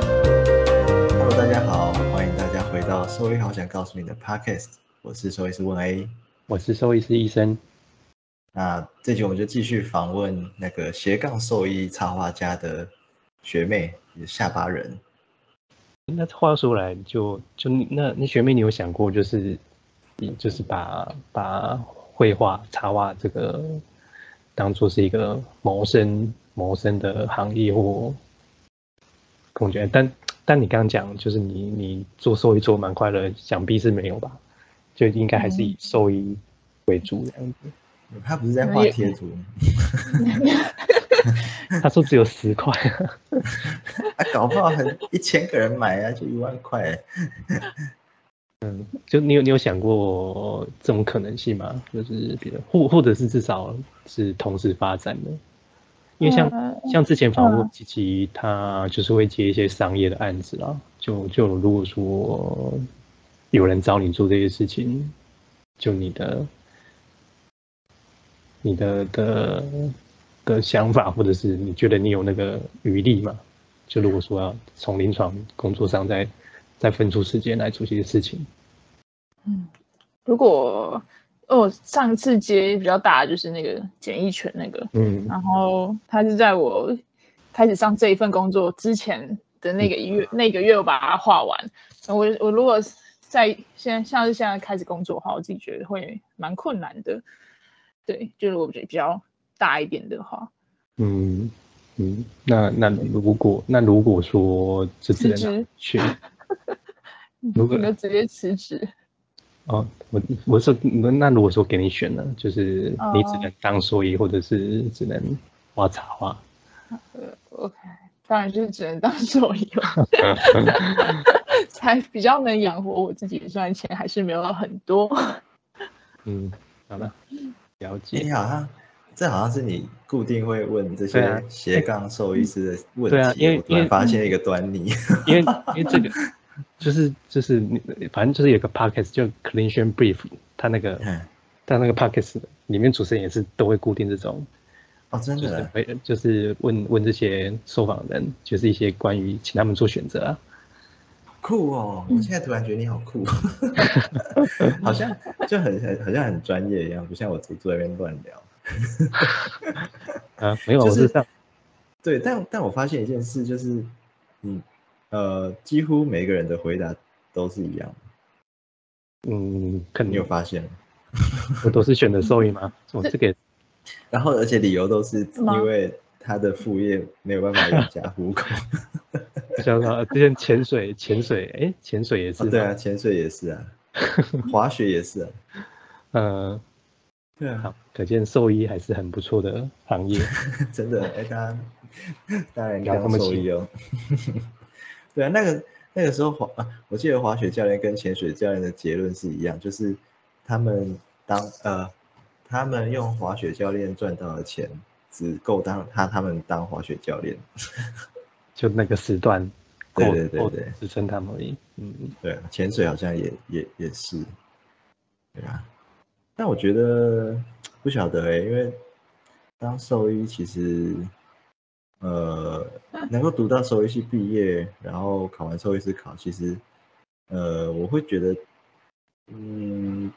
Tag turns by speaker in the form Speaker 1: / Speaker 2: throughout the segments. Speaker 1: Hello，大家好，欢迎大家回到《兽医好想告诉你》的 Podcast，我是兽医师问 A。
Speaker 2: 我是兽医师医生。
Speaker 1: 那这集我们就继续访问那个斜杠兽医插画家的学妹，也是下巴人。
Speaker 2: 那话说来就，就你那那学妹，你有想过就是，你就是把把绘画、插画这个当做是一个谋生谋生的行业或工具？但但你刚刚讲，就是你你做兽医做得蛮快乐，想必是没有吧？就应该还是以兽医为主这样子。
Speaker 1: 他不是在画贴图，
Speaker 2: 他说只有十块，啊哎
Speaker 1: 他搞不好很一千个人买啊，就一万块。
Speaker 2: 就你有你有想过这种可能性吗？就是别的，或或者是至少是同时发展的，因为像、
Speaker 3: 嗯
Speaker 2: 像之前访问琪琪，他就是会接一些商业的案子啦。就就如果说有人找你做这些事情，就你的你的的的想法，或者是你觉得你有那个余力嘛？就如果说要从临床工作上再再分出时间来做这些事情，
Speaker 3: 嗯，如果我上次接比较大的就是那个简易犬那个，
Speaker 2: 嗯
Speaker 3: 然后他是在我开始上这一份工作之前的那个月、
Speaker 2: 嗯
Speaker 3: 那个月我把它画完。我我如果在现在像是现在开始工作的话，我自己觉得会蛮困难的。对，就是我觉得比较大一点的话，
Speaker 2: 嗯嗯，那那如果那如果说这只
Speaker 3: 辞
Speaker 2: 能
Speaker 3: 职
Speaker 2: 去如果
Speaker 3: 嗯你就直接辞职。
Speaker 2: 哦，我我说那那如果说给你选呢，就是你只
Speaker 3: 哦
Speaker 2: 能当兽医，或者是只能啊画插画，
Speaker 3: OK，当然就是只能当手游，才比较能养活我自己，虽然钱还是没有很多。
Speaker 2: 嗯，好了，了
Speaker 1: 诶你
Speaker 2: 解。
Speaker 1: 好像，这好像是你固定会问这
Speaker 2: 对啊
Speaker 1: 些斜杠兽医师的问题。
Speaker 2: 对啊因为
Speaker 1: 我突然
Speaker 2: 因为
Speaker 1: 发现一个端倪。
Speaker 2: 因为因为这 个就是就是你反正就是有个 podcast 叫 Clinician Brief，他那个
Speaker 1: 嗯
Speaker 2: 他那个 podcast 里面主持人也是都会固定这种
Speaker 1: 哦，真
Speaker 2: 就是
Speaker 1: 的，
Speaker 2: 会就是问问这些受访人，就是一些关于请他们做选择啊。
Speaker 1: 酷哦！我
Speaker 3: 嗯
Speaker 1: 现在突然觉得你好酷，哦好像就很很好像很专业一样，不像我坐坐在那边乱聊。
Speaker 2: 啊，没有，
Speaker 1: 就是
Speaker 2: 我是上
Speaker 1: 对，但但我发现一件事，就是你呃，几乎每个人的回答都是一样的，
Speaker 2: 嗯，可
Speaker 1: 你有
Speaker 2: 能
Speaker 1: 发现吗？
Speaker 2: 我都是选择兽医 吗？我这个也
Speaker 1: 然后而且理由都是
Speaker 3: 吗
Speaker 1: 因为他的副业没有办法养家糊口。
Speaker 2: 想到之前呃潜水，潜水，哎、潜水也是、
Speaker 1: 啊对啊，，潜水也是啊，滑雪也是啊，
Speaker 2: 呃，
Speaker 1: 对啊
Speaker 2: 好，，可见兽医还是很不错的行业。
Speaker 1: 真的，哎，大家当然
Speaker 2: 聊那
Speaker 1: 刚
Speaker 2: 么
Speaker 1: 受益哦。 对啊，那个那个时候滑、啊，我记得滑雪教练跟潜水教练的结论是一样，就是他们当呃，他们用滑雪教练赚到的钱，只够当他他们当滑雪教练。
Speaker 2: 就那个时段够
Speaker 1: 对对对
Speaker 2: 够
Speaker 1: 对
Speaker 2: 支撑他们而已。嗯，
Speaker 1: 对啊，潜水好像也也也是，对啊。但我觉得不晓得哎、因为当兽医其实，呃，能够读到兽医系毕业，然后考完兽医师考，其实，呃，我会觉得，嗯，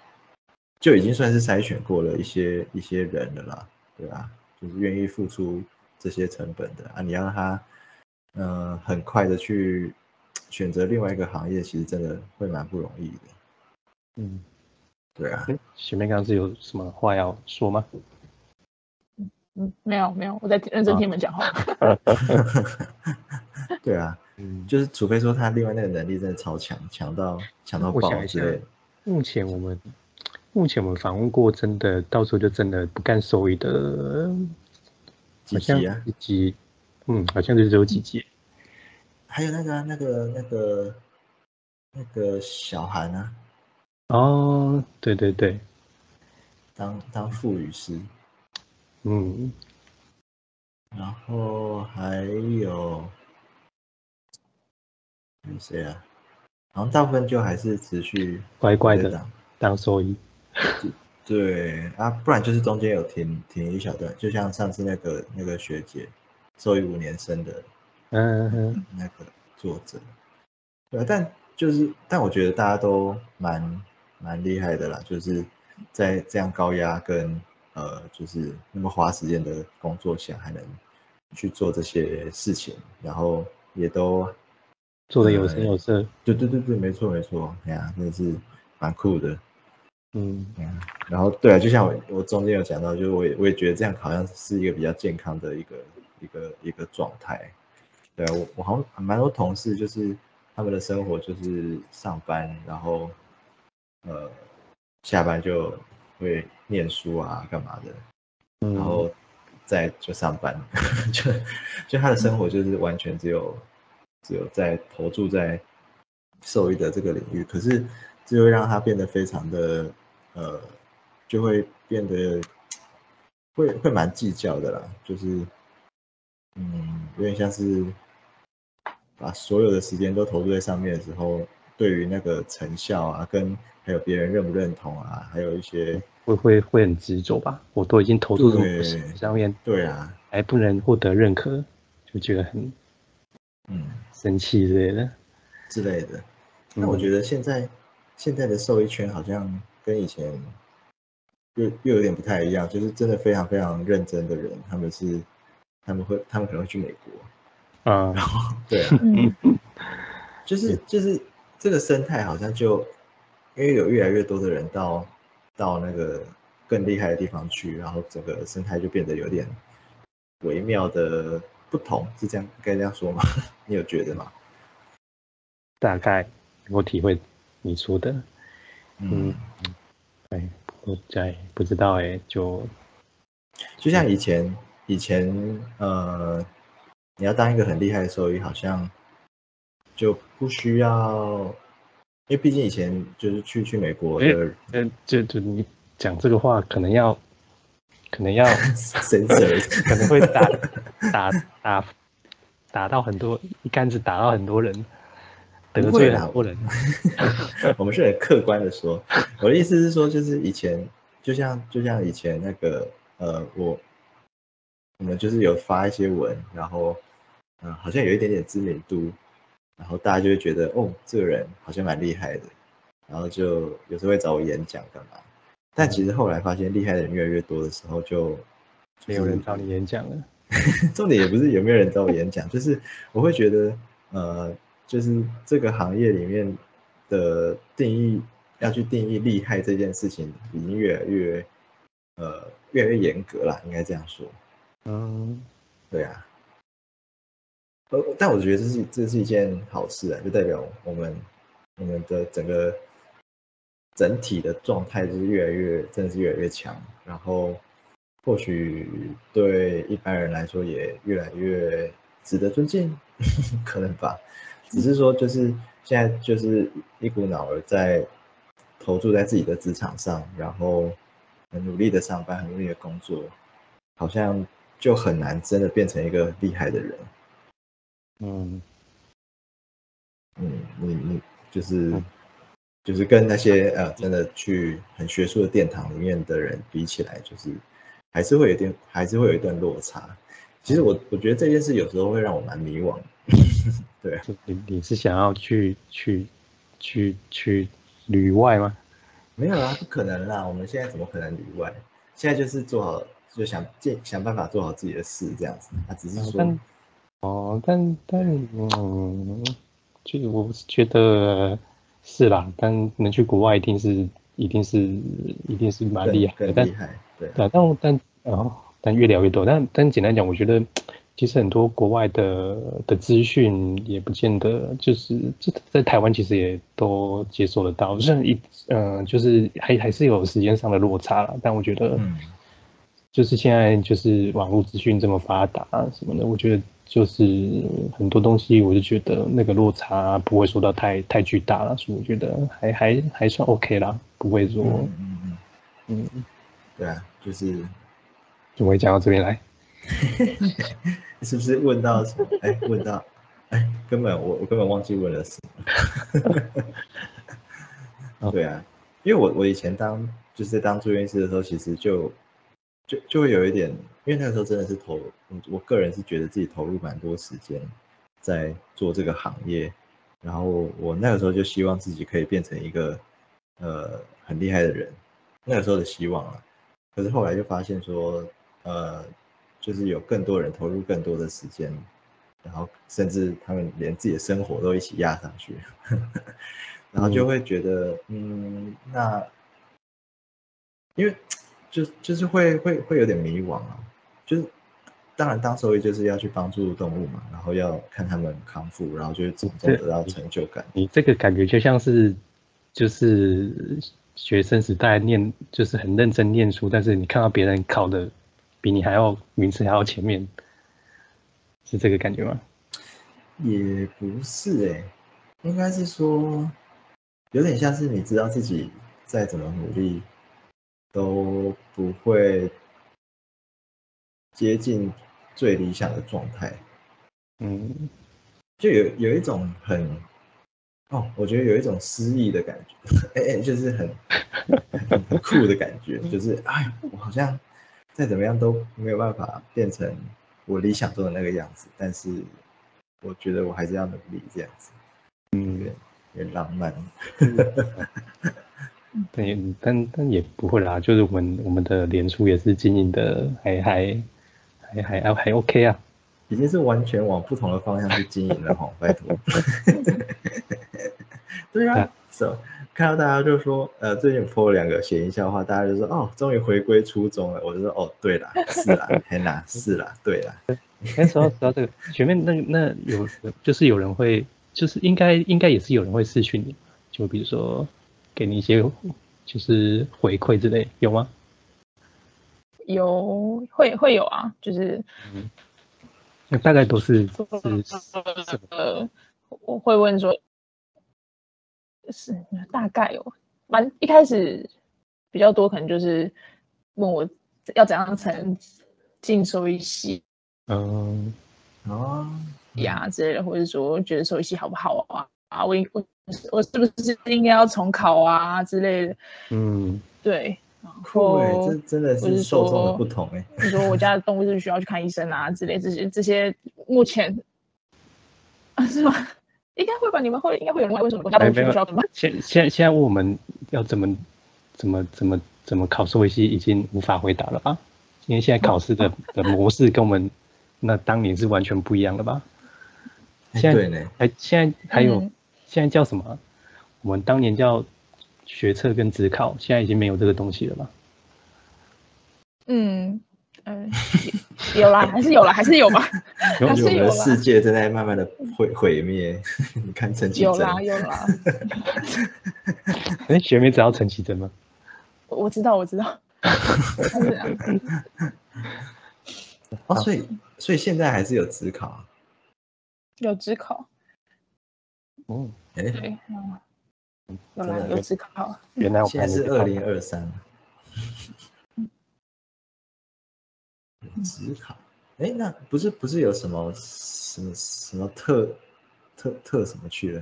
Speaker 1: 就已经算是筛选过了一些一些人了啦，对啊，就是愿意付出这些成本的啊，你让他，呃，很快的去选择另外一个行业，其实真的会蛮不容易的，
Speaker 2: 嗯，
Speaker 1: 对啊。
Speaker 2: 诶学妹刚刚是有什么话要说吗？
Speaker 3: 嗯，没有没有，我在认真听你们讲话。
Speaker 1: 对啊，
Speaker 2: 嗯，
Speaker 1: 就是除非说他另外那个能力真的超强，强到强到
Speaker 2: 我
Speaker 1: 爆
Speaker 2: 想一
Speaker 1: 之
Speaker 2: 下
Speaker 1: 类的。
Speaker 2: 目前我们目前我们访问过，真的到时候就真的不干兽医的，
Speaker 1: 几
Speaker 2: 好像
Speaker 1: 集啊
Speaker 2: 一集，嗯，好像就只有几集。
Speaker 1: 还有那个啊、那个那个那个小韩啊，
Speaker 2: 哦，对对对，
Speaker 1: 当当副语师，
Speaker 2: 嗯，
Speaker 1: 然后还有还有谁啊？好像大部分就还是持续
Speaker 2: 乖乖
Speaker 1: 在
Speaker 2: 的
Speaker 1: 当
Speaker 2: 当兽医。
Speaker 1: 对啊，不然就是中间有停停一小段，就像上次那个那个学姐，兽医五年生的
Speaker 2: 嗯哼，
Speaker 1: 那个作者，对啊，但就是但我觉得大家都蛮蛮厉害的啦，就是在这样高压跟呃就是那么花时间的工作下，还能去做这些事情，然后也都
Speaker 2: 做的有声有色，
Speaker 1: 对对对对，没错没错，哎呀，真的是蛮酷的。
Speaker 2: 嗯，
Speaker 1: 嗯，然后对啊，就像我我中间有讲到，就是我也我也觉得这样好像是一个比较健康的一个一个一个状态。对啊，我我好像蛮多同事就是他们的生活就是上班，然后呃下班就会念书啊干嘛的，
Speaker 2: 嗯
Speaker 1: 然后再就上班， 就就他的生活就是完全只有只有在投注在兽医的这个领域，可是这就会让他变得非常的呃，就会变得会会蛮计较的啦，就是嗯，有点像是把所有的时间都投入在上面的时候，对于那个成效啊，跟还有别人认不认同啊，还有一些
Speaker 2: 会会会很执着吧？我都已经投入这么多时
Speaker 1: 对
Speaker 2: 间上面，
Speaker 1: 对啊，
Speaker 2: 还不能获得认可，就觉得很
Speaker 1: 嗯
Speaker 2: 生气之类的。
Speaker 1: 之类的。那我觉得现在现在的兽医圈好像跟以前又又有点不太一样，就是真的非常非常认真的人，他们是他们会他们可能会去美国，
Speaker 2: 啊，
Speaker 1: 对啊，
Speaker 3: 嗯，
Speaker 1: 就是就是这个生态好像就因为有越来越多的人到到那个更厉害的地方去，然后整个生态就变得有点微妙的不同，是这样该这样说吗？ 你有觉得吗？
Speaker 2: 大概我体会你说的，嗯，哎，我在不知道哎，就
Speaker 1: 就像以前，以前呃，你要当一个很厉害的兽医，好像就不需要，因为毕竟以前就是去去美国的
Speaker 2: 呃，就就你讲这个话，可能要，可能要，
Speaker 1: sensor，
Speaker 2: 可能会打打打打到很多一竿子打到很多人，得
Speaker 1: 不会
Speaker 2: 罪
Speaker 1: 啦
Speaker 2: 很多人。
Speaker 1: 我们是很客观的说，我的意思是说，就是以前就像就像以前那个呃，我我们就是有发一些文，然后嗯、呃好像有一点点知名度，然后大家就会觉得哦，这个人好像蛮厉害的，然后就有时候会找我演讲干嘛。但其实后来发现，厉害的人越来越多的时候就，就是嗯
Speaker 2: 没有人找你演讲了，
Speaker 1: 重点也不是有没有人找我演讲，就是我会觉得，呃，就是这个行业里面的定义，要去定义厉害这件事情，已经越来越，呃，越来越严格了，应该这样说。
Speaker 2: 嗯，
Speaker 1: 对啊，呃，但我觉得这是这是一件好事啊，就代表我们我们的整个整体的状态就是越来越，真的是越来越强，然后或许对一般人来说也越来越值得尊敬， 可能吧。只是说，就是现在就是一股脑儿在投注在自己的职场上，然后很努力的上班，很努力的工作，好像就很难真的变成一个厉害的人。
Speaker 2: 嗯，
Speaker 1: 嗯，你你就是
Speaker 2: 嗯
Speaker 1: 就是跟那些呃真的去很学术的殿堂里面的人比起来，就是还是会有一点，还是会有一段落差。其实我我觉得这件事有时候会让我蛮迷惘的。对啊，
Speaker 2: 就你你是想要去去去去旅外吗？
Speaker 1: 没有啊，不可能啦！我们现在怎么可能里外？现在就是做好，就想尽想办法做好自己的事，这样子。啊，只是说
Speaker 2: 嗯但，哦，但但嗯，就我是觉得是啦，但能去国外一定是一定是一定是蛮
Speaker 1: 更
Speaker 2: 厉害的，
Speaker 1: 更
Speaker 2: 但
Speaker 1: 厉害，对啊，
Speaker 2: 对啊，但我但哦，但越聊越多，但但简单讲，我觉得其实很多国外的的资讯也不见得就是这在台湾其实也都接受得到，虽然一呃就是还还是有时间上的落差啦，但我觉得
Speaker 1: 嗯
Speaker 2: 就是现在就是网络资讯这么发达什么的，我觉得就是很多东西，我就觉得那个落差不会说到太太巨大了，所以我觉得还还还算 OK 啦，不会说
Speaker 1: 嗯嗯嗯，
Speaker 2: 嗯，
Speaker 1: 对啊，就是
Speaker 2: 就会讲到这边来。
Speaker 1: 是不是问到什么？哎，问到，哎，根本我我根本忘记问了什么。对啊， 因为我我以前当就是在当住院医师的时候，其实就就就会有一点，因为那个时候真的是投，我我个人是觉得自己投入蛮多时间在做这个行业，然后我那个时候就希望自己可以变成一个呃很厉害的人，那个时候的希望啊，可是后来就发现说，呃，就是有更多人投入更多的时间，然后甚至他们连自己的生活都一起压上去， 然后就会觉得，嗯，那因为就就是会会会有点迷惘啊，就是当然当兽医就是要去帮助动物嘛，然后要看他们康复，然后就是从中
Speaker 2: 对
Speaker 1: 得到成就感。
Speaker 2: 你这个感觉就像是就是学生时代念，就是很认真念书，但是你看到别人考的比你还要名次还要前面，是这个感觉吗？
Speaker 1: 也不是哎、应该是说，有点像是你知道自己再怎么努力，都不会接近最理想的状态，
Speaker 2: 嗯，
Speaker 1: 就有有一种很，哦，我觉得有一种失意的感觉，哎、哎，就是很很很酷的感觉，就是哎，我好像再怎么样都没有办法变成我理想中的那个样子，但是我觉得我还是要努力这样子。
Speaker 2: 嗯，
Speaker 1: 有点浪漫。
Speaker 2: 对，但但也不会啦，就是我们我们的脸书也是经营的还还还还还还 OK 啊，
Speaker 1: 已经是完全往不同的方向去经营 了哈，拜托。 对啊
Speaker 2: 对
Speaker 1: ，so 看到大家就说，呃，最近播了两个谐音笑话，大家就说，哦，终于回归初衷了。我就说，哦，对啦，是 啦，嘿啦，是啦，对啦，
Speaker 2: 那时候说到这个前面那那有就是有人会，就是应该应该也是有人会私讯你，就比如说给你一些就是回馈之类，有吗？
Speaker 3: 有会会有啊，就是
Speaker 2: 那大概都是是
Speaker 3: 呃，我会问说，是大概有蛮一开始比较多，可能就是问我要怎样才能进兽医系
Speaker 2: 嗯
Speaker 1: 哦，
Speaker 3: 呀之类的，或者说觉得兽医系好不好啊？啊，我应我我是不是应该要重考啊之类的？
Speaker 2: 嗯
Speaker 3: 对，然
Speaker 1: 酷哎、
Speaker 3: 后
Speaker 1: 这真的
Speaker 3: 我
Speaker 1: 是
Speaker 3: 是
Speaker 1: 受众的
Speaker 3: 说
Speaker 1: 不同哎、
Speaker 3: 你说我家的动物是不是需要去看医生啊之类，这些这些目前是吧？应该会吧？你们会应该会有人问为什么我家动物需不需要看吗？
Speaker 2: 现现在现在问我们要怎么怎么怎么怎么考社会系已经无法回答了吧？因为现在考试的的模式跟我们那当年是完全不一样的吧？
Speaker 1: 哎
Speaker 2: 现在
Speaker 1: 对呢，
Speaker 2: 还现在还有、
Speaker 3: 嗯
Speaker 2: 现在叫什么啊？我们当年叫学测跟职考，现在已经没有这个东西了吧？
Speaker 3: 嗯嗯、呃有 啦，还是有啦，还是有吧？
Speaker 2: 有
Speaker 3: 还
Speaker 1: 因为
Speaker 3: 是
Speaker 1: 我们的
Speaker 3: 有啦
Speaker 1: 世界正在慢慢的毁毁灭。你看陈绮
Speaker 3: 有
Speaker 1: 贞，
Speaker 3: 啦， 有啦。
Speaker 2: 哎，学妹知道陈绮贞吗？
Speaker 3: 我我知道，我知道。 是啊，
Speaker 1: 哦，所以所以现在还是有职考啊，
Speaker 3: 有职考，
Speaker 2: 哦，
Speaker 1: 哎、
Speaker 3: 对，嗯有啦
Speaker 1: 真，的
Speaker 3: 有职考。
Speaker 2: 原来我
Speaker 1: 现
Speaker 2: 们还
Speaker 1: 在
Speaker 2: 没
Speaker 1: 是
Speaker 2: 被
Speaker 1: 二
Speaker 2: 放
Speaker 1: 零二三。职考，哎，那不是不是有什么什么什么特特特什么去了？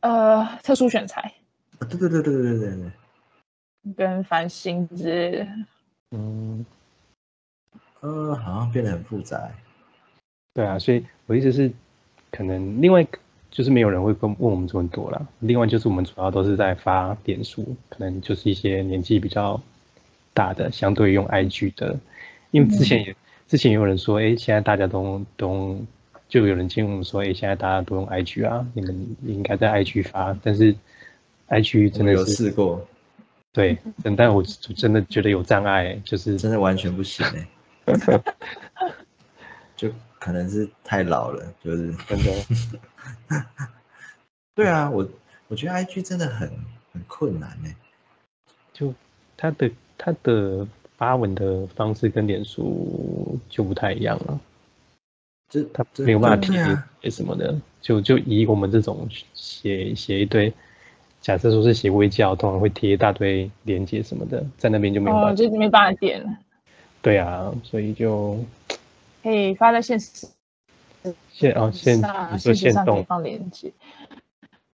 Speaker 3: 呃，特殊选材
Speaker 1: 啊，对对对对对对对，
Speaker 3: 跟繁星之类的，
Speaker 2: 嗯，
Speaker 1: 呃，好像变得很复杂欸。
Speaker 2: 对啊，所以我意思是，可能另外一个就是没有人会跟问我们这么多啦。另外就是我们主要都是在发点书，可能就是一些年纪比较大的，相对于用 IG 的，因为之前
Speaker 1: 嗯
Speaker 2: 也、之前也有人说，哎，现在大家都用都用，就有人进我们说，哎，现在大家都用 IG 啊，你们应该在 IG 发，但是 IG
Speaker 1: 我
Speaker 2: 真
Speaker 1: 们
Speaker 2: 的
Speaker 1: 有
Speaker 2: 是
Speaker 1: 试过，
Speaker 2: 对，但我真的觉得有障碍，就是
Speaker 1: 真的完全不行哎、 就可能是太老了，就是
Speaker 2: 真的。
Speaker 1: 对啊，我我觉得 IG 真的很很困难哎、
Speaker 2: 就他的他的发文的方式跟脸书就不太一样了，
Speaker 1: 就
Speaker 2: 他
Speaker 1: 就
Speaker 2: 没有办法
Speaker 1: 对啊
Speaker 2: 贴什么的，就就以我们这种写写一堆，假设说是写微教，通常会贴一大堆链接什么的，在那边就没有
Speaker 3: 哦，
Speaker 2: 办法。
Speaker 3: 就没办法点了。
Speaker 2: 对啊，所以就
Speaker 3: 可以发在现实
Speaker 2: 现哦现
Speaker 3: 上，
Speaker 2: 你说现
Speaker 3: 现实上可以
Speaker 2: 动，
Speaker 3: 放链接。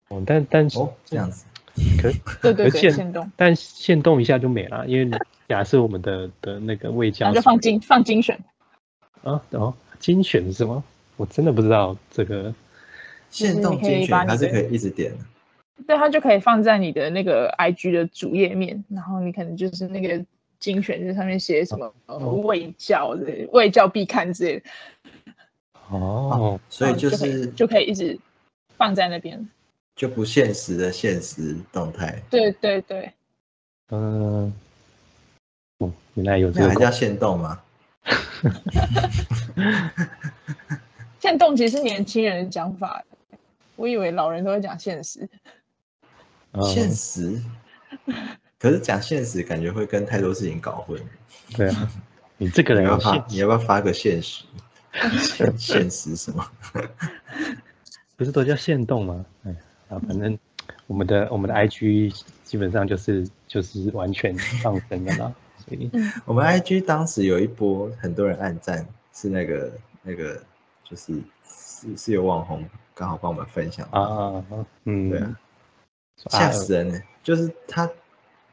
Speaker 2: 哦但但是
Speaker 1: 哦这样子，
Speaker 2: 可
Speaker 3: 对对
Speaker 2: 而
Speaker 3: 对，
Speaker 2: 且
Speaker 3: 限动，
Speaker 2: 但限动一下就没了，因为假设我们的的那个位
Speaker 3: 然
Speaker 2: 加
Speaker 3: 后就放精放精选，
Speaker 2: 啊，然后精选是什么？我真的不知道这个
Speaker 1: 限
Speaker 3: 你
Speaker 1: 动
Speaker 3: 可以
Speaker 1: 精
Speaker 3: 把
Speaker 1: 选
Speaker 3: 你
Speaker 1: 它是
Speaker 3: 的
Speaker 1: 可以一直点的，
Speaker 3: 对，它就可以放在你的那个 IG 的主页面，然后你可能就是那个精选，就上面写什么呃
Speaker 2: 哦
Speaker 3: 卫教之类的，卫教必看之类的，
Speaker 2: 哦，
Speaker 1: 所以
Speaker 3: 然后
Speaker 1: 就
Speaker 3: 可以
Speaker 1: 是
Speaker 3: 就可以一直放在那边。
Speaker 1: 就不限时的限时动态，
Speaker 3: 对对对，
Speaker 2: 嗯、哦，原来有这
Speaker 1: 那
Speaker 2: 个
Speaker 1: 还
Speaker 2: 功
Speaker 1: 叫限动吗？
Speaker 3: 现动其实是年轻人的讲法，我以为老人都会讲现实。
Speaker 2: 能，嗯
Speaker 1: 限时，可是讲限时感觉会跟太多事情搞混。
Speaker 2: 对啊，你这个
Speaker 1: 你
Speaker 2: 人
Speaker 1: 要
Speaker 2: 有
Speaker 1: 不要
Speaker 2: 限
Speaker 1: 发你要不要发个限时？ 限限时什么？
Speaker 2: 不是都叫限动吗？哎啊，反正我们的我们的 IG 基本上就是就是完全放生的啦，所 以
Speaker 1: 我们 IG 当时有一波很多人按赞，是那个那个就是是是有网红刚好帮我们分享的，
Speaker 2: 啊，嗯，
Speaker 1: 对啊，
Speaker 2: 啊
Speaker 1: 吓死人了！欸就是他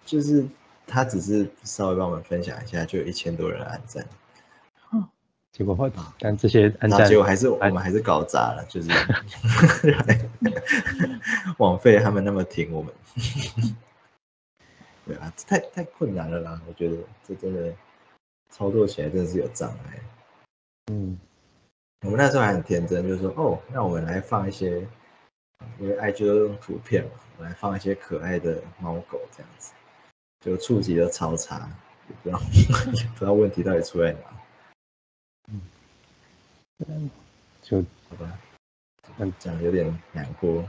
Speaker 1: 就是他只是稍微帮我们分享一下，就有一千多人按赞，
Speaker 2: 结果会，但这些按
Speaker 1: 然后
Speaker 2: 赞
Speaker 1: 结果还是我
Speaker 2: 按
Speaker 1: 们还是搞砸了，就是 枉费他们那么挺我们。对啊，这太太困难了啦！我觉得这真的操作起来真的是有障碍。
Speaker 2: 嗯，
Speaker 1: 我们那时候还很天真，就说哦，那我们来放一些，因为 IG 都用图片嘛，我们来放一些可爱的猫狗这样子，就触及了超差，也不知道 也不知道问题到底出在哪，
Speaker 2: 就
Speaker 1: 好吧？
Speaker 2: 嗯
Speaker 1: 讲有点难过。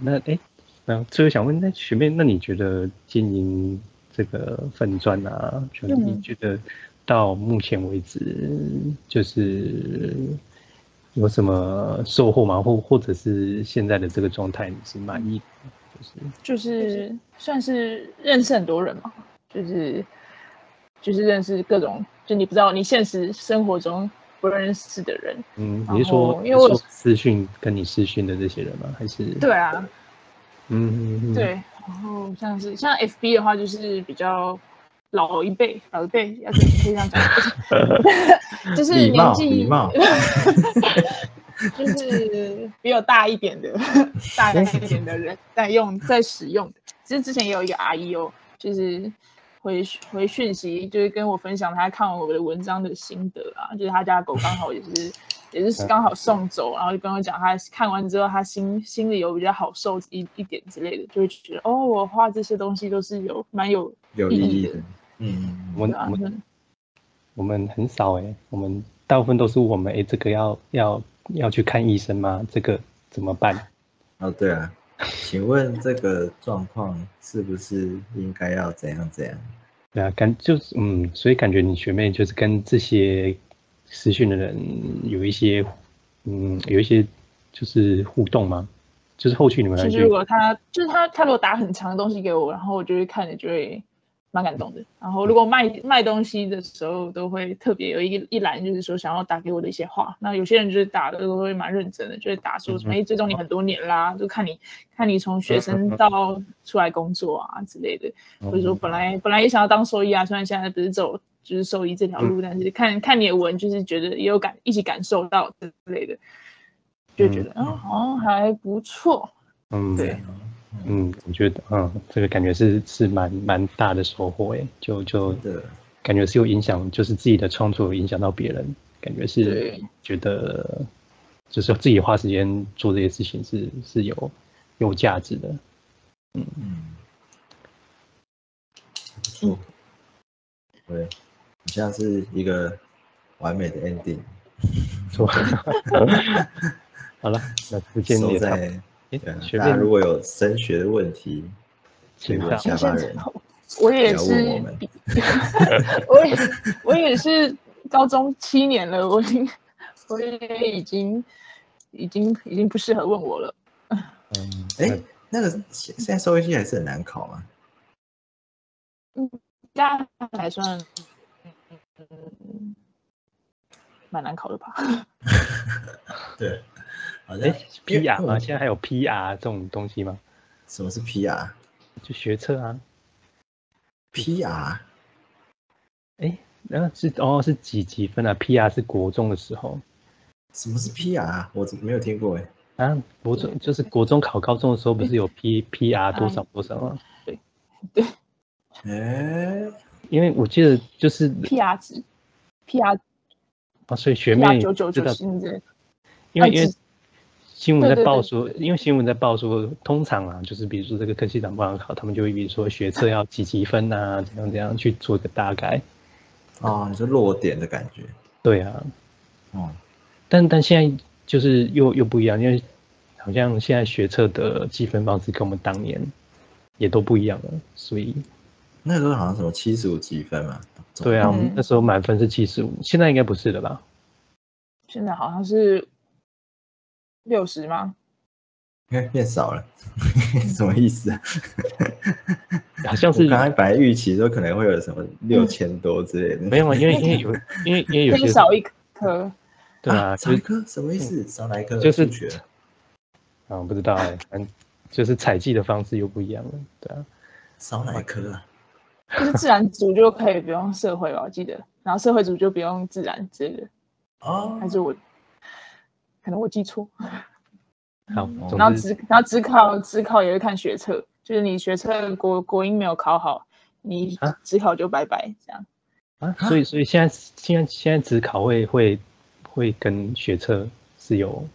Speaker 2: 那哎，那最后想问，那学妹，那你觉得经营这个粉砖啊，就你
Speaker 3: 嗯
Speaker 2: 觉得到目前为止，就是有什么收获吗？或或者是现在的这个状态，你是满意的吗？就是
Speaker 3: 就是算是认识很多人嘛，就是就是认识各种，就你不知道你现实生活中不认识的人。
Speaker 2: 嗯，
Speaker 3: 然
Speaker 2: 你是说
Speaker 3: 后哦因为我
Speaker 2: 你是说私讯跟你私讯的这些人吗？还是
Speaker 3: 对啊，
Speaker 2: 嗯，嗯嗯，
Speaker 3: 对，然后像是像 FB 的话，就是比较老一辈，老一辈要可以这样 讲， 就是就是
Speaker 1: 礼
Speaker 3: 年
Speaker 1: 貌
Speaker 3: 纪
Speaker 1: 礼貌
Speaker 3: 就是比我大一点的大
Speaker 2: 嗯
Speaker 3: 一点的人在用在使用的。其实之前也有一个阿姨哦，就是回回讯息，就是跟我分享她看我的文章的心得啊，就是她家的狗刚好也是。也是刚好送走，然后就跟我讲，他看完之后，他心心里有比较好受一一点之类的，就会觉得哦，我画这些东西都是有蛮有
Speaker 1: 有意义的。嗯，
Speaker 2: 我们
Speaker 3: 啊
Speaker 2: 我们
Speaker 3: 嗯
Speaker 2: 我们很少哎、我们大部分都是我们哎、这个要要要去看医生吗？这个怎么办？
Speaker 1: 哦对啊，请问这个状况是不是应该要怎样怎样？
Speaker 2: 对啊，感就是嗯，所以感觉你学妹就是跟这些实训的人有一些嗯，有一些就是互动吗？就是后续你们还
Speaker 3: 其实
Speaker 2: 是
Speaker 3: 如果他就是他，他如果打很长的东西给我，然后我就会看着就会蛮感动的。然后如果卖
Speaker 2: 嗯
Speaker 3: 卖东西的时候，都会特别有一一栏，就是说想要打给我的一些话。那有些人就是打的都会蛮认真的，就会打说什
Speaker 2: 嗯
Speaker 3: 么哎、诶追踪你很多年啦，就看你看你从
Speaker 2: 嗯
Speaker 3: 学
Speaker 2: 嗯
Speaker 3: 生
Speaker 2: 嗯哦
Speaker 3: 到出来工作啊之类的。或者说本来本来也想要当兽医啊，虽然现在不是走就是兽医这条
Speaker 2: 嗯
Speaker 3: 路，但是看看你的文，就是觉得也有感一起感受到之类的，就觉得哦好像还不错，
Speaker 2: 嗯
Speaker 3: 对
Speaker 2: 嗯，我觉得嗯，这个感觉是是蛮蛮大的收获哎、就就
Speaker 1: 对，
Speaker 2: 感觉是有影响，就是自己的创作有影响到别人，感觉是
Speaker 3: 对
Speaker 2: 觉得就是自己花时间做这些事情是是有有价值的。
Speaker 1: 嗯，不错。对，好像是一个完美的 ending，
Speaker 2: 错。好了，那时间
Speaker 1: 收
Speaker 2: 也差不多
Speaker 1: 在。
Speaker 2: 诶
Speaker 1: 对啊
Speaker 2: 学
Speaker 1: 大家
Speaker 2: 妹
Speaker 1: 如果有升学的问题，
Speaker 2: 请
Speaker 1: 可以
Speaker 2: 上
Speaker 1: 问下巴人，
Speaker 3: 我
Speaker 1: 不
Speaker 3: 也
Speaker 1: 要问
Speaker 3: 是
Speaker 1: 我们。
Speaker 3: 我 也我也是高中七年了，我已经我也已经已经已经不适合问我了。
Speaker 2: 嗯，
Speaker 1: 哎，那个现现在收音机还是很难考啊吗？
Speaker 3: 大家还算，嗯，蛮难考的吧？
Speaker 1: 对，好像
Speaker 2: 哎
Speaker 1: 因为嗯因
Speaker 2: ，PR
Speaker 1: 为
Speaker 2: 吗？
Speaker 1: 我
Speaker 2: 现在还有 PR 这种东西吗？
Speaker 1: 什么是 PR？PR
Speaker 2: 就学测啊，
Speaker 1: PR
Speaker 2: 哎，那是哦是几几分啊？PR 是国中的时候
Speaker 1: 什么是 PR？我怎么没有听过哎、
Speaker 2: 啊，国中就是国中考高中的时候，不是有 P PR 多
Speaker 1: 嗯
Speaker 2: 少多少吗？
Speaker 1: 欸。哎、
Speaker 2: 因为我记得就是
Speaker 3: ，PR 值，PR
Speaker 2: 啊，所以学妹
Speaker 3: PR 九九
Speaker 2: 知
Speaker 3: 九
Speaker 2: 道，
Speaker 3: 七之类的，
Speaker 2: 因为
Speaker 3: 啊
Speaker 2: 因为
Speaker 3: 知
Speaker 2: 新闻在
Speaker 3: 对对
Speaker 2: 报
Speaker 3: 对
Speaker 2: 说，因为新闻在报说，通常啊，就是比如说这个科系长不让考，他们就会比如说学测要几几分啊，怎样怎样去做一个大概。
Speaker 1: 哦，你说落点的感觉，
Speaker 2: 对啊，
Speaker 1: 哦，
Speaker 2: 但但现在就是又又不一样，因为好像现在学测的计分方式跟我们当年也都不一样了，所以
Speaker 1: 那时候好像什么七十五积分嘛，总
Speaker 2: 对啊，我们
Speaker 3: 嗯
Speaker 2: 那时候满分是七十五，现在应该不是了吧？
Speaker 3: 现在好像是六十吗？
Speaker 1: 应该 变少了， 什么意思啊？
Speaker 2: 好像
Speaker 1: 我
Speaker 2: 是
Speaker 1: 刚才本来预期说可能会有什么六千多之类的，
Speaker 2: 没有啊，因为因为有因为因为有
Speaker 3: 就是
Speaker 2: 些
Speaker 3: 少一颗，
Speaker 2: 对啊，
Speaker 1: 少
Speaker 2: 就
Speaker 1: 一
Speaker 2: 是
Speaker 1: 科什么意思？少哪一科？
Speaker 2: 就是
Speaker 1: 数学
Speaker 2: 啊不知道哎、反正就是采集的方式又不一样了，对啊。
Speaker 1: 少哪一科啊？
Speaker 3: 就是自然组就可以不用社会吧，我记得，然后社会组就不用自然之类的，
Speaker 1: 哦
Speaker 3: 还，是我可能我记错。
Speaker 2: 好，
Speaker 3: 嗯然
Speaker 2: 总
Speaker 3: 后
Speaker 2: 之
Speaker 3: 只然后只考只考也会看学测，就是你学测国国英没有考好，你
Speaker 2: 啊
Speaker 3: 只考就拜拜这样。
Speaker 2: 啊，所以所以现在现在现在只考会会会跟学测是有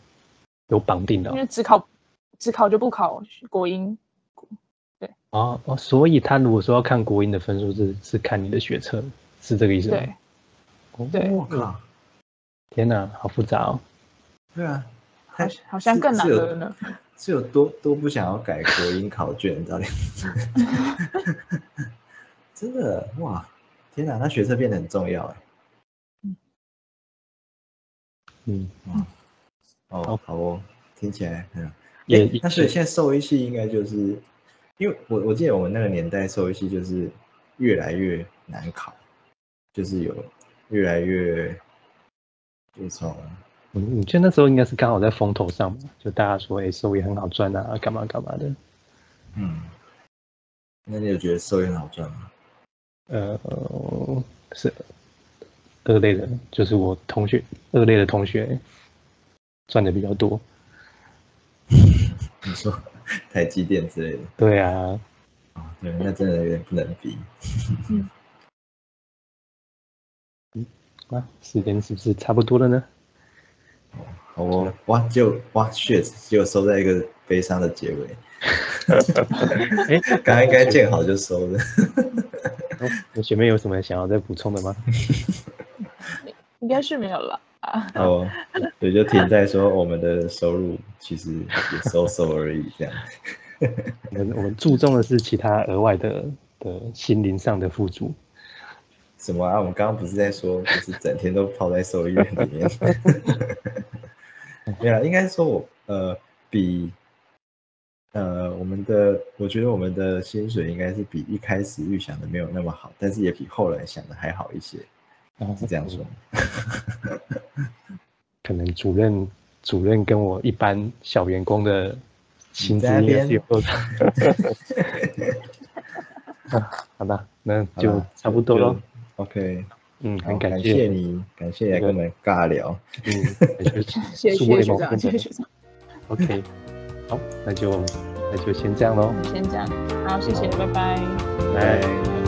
Speaker 2: 有绑定的
Speaker 3: 因
Speaker 2: 哦
Speaker 3: 为只考只考就不考国英，
Speaker 2: 哦哦，所以他如果说要看国英的分数是是看你的学测，是这个意思吗？
Speaker 3: 对
Speaker 2: 哦
Speaker 3: 对，
Speaker 1: 我靠，
Speaker 2: 天哪，好复杂哦！
Speaker 1: 对啊，
Speaker 3: 好
Speaker 1: 太
Speaker 3: 像好像
Speaker 1: 是
Speaker 3: 更难
Speaker 1: 是有
Speaker 3: 了呢。
Speaker 1: 是有多多不想要改国英考卷，到底？真的哇，天哪，那学测变得很重要哎。
Speaker 2: 嗯，好
Speaker 1: 哦，好哦，听起来嗯。
Speaker 2: 也
Speaker 1: 诶那所以现在兽医系应该就是，因为我我记得我们那个年代兽医系就是越来越难考，就是有越来越，就从
Speaker 2: 嗯，我觉得那时候应该是刚好在风头上嘛，就大家说哎，收益很好赚啊，干嘛干嘛的。
Speaker 1: 嗯，那你有觉得兽医很好赚吗？
Speaker 2: 呃，是二类的，就是我同学二类的同学赚的比较多。
Speaker 1: 你说台积电之类的
Speaker 2: 对啊，
Speaker 1: 啊、对，那真的有点不能比。
Speaker 2: 啊，时间是不是差不多了呢？
Speaker 1: 好哦，哇，就哇 shit，就收在一个悲伤的结尾。
Speaker 2: 哎，
Speaker 1: 刚刚应该见好就收的。
Speaker 2: 你学妹有什么想要再补充的吗？
Speaker 3: 应该是没有了啊。
Speaker 1: 好哦，也就停在说我们的收入其实也收收而已，这样。
Speaker 2: 我们我们注重的是其他额外的的心灵上的富足。
Speaker 1: 什么啊？我们刚刚不是在说，就是整天都泡在兽医院里面。 没有啦，应该说我呃比呃我们的，我觉得我们的薪水应该是比一开始预想的没有那么好，但是也比后来想的还好一些，
Speaker 2: 然后
Speaker 1: 是这样说吗。
Speaker 2: 可能主任主任跟我一般小员工的薪资
Speaker 1: 你在那
Speaker 2: 应
Speaker 1: 边
Speaker 2: 该是有落差。 啊好吧，那
Speaker 1: 好
Speaker 2: 就
Speaker 1: 啦
Speaker 2: 差不多
Speaker 1: 就
Speaker 2: 喽。
Speaker 1: OK，
Speaker 2: 嗯，
Speaker 1: 好，
Speaker 2: 很
Speaker 1: 感
Speaker 2: 谢，
Speaker 1: 你，感谢来跟我们尬聊。
Speaker 2: 嗯，感
Speaker 3: 谢
Speaker 2: 素
Speaker 3: 谢
Speaker 2: 未
Speaker 3: 学
Speaker 2: 谋
Speaker 3: 长，
Speaker 2: 面
Speaker 3: 谢谢
Speaker 2: 的
Speaker 3: 学长，
Speaker 2: OK，好，那就那就先这样喽，
Speaker 3: 那先这样，好，谢谢，拜拜。
Speaker 2: 拜。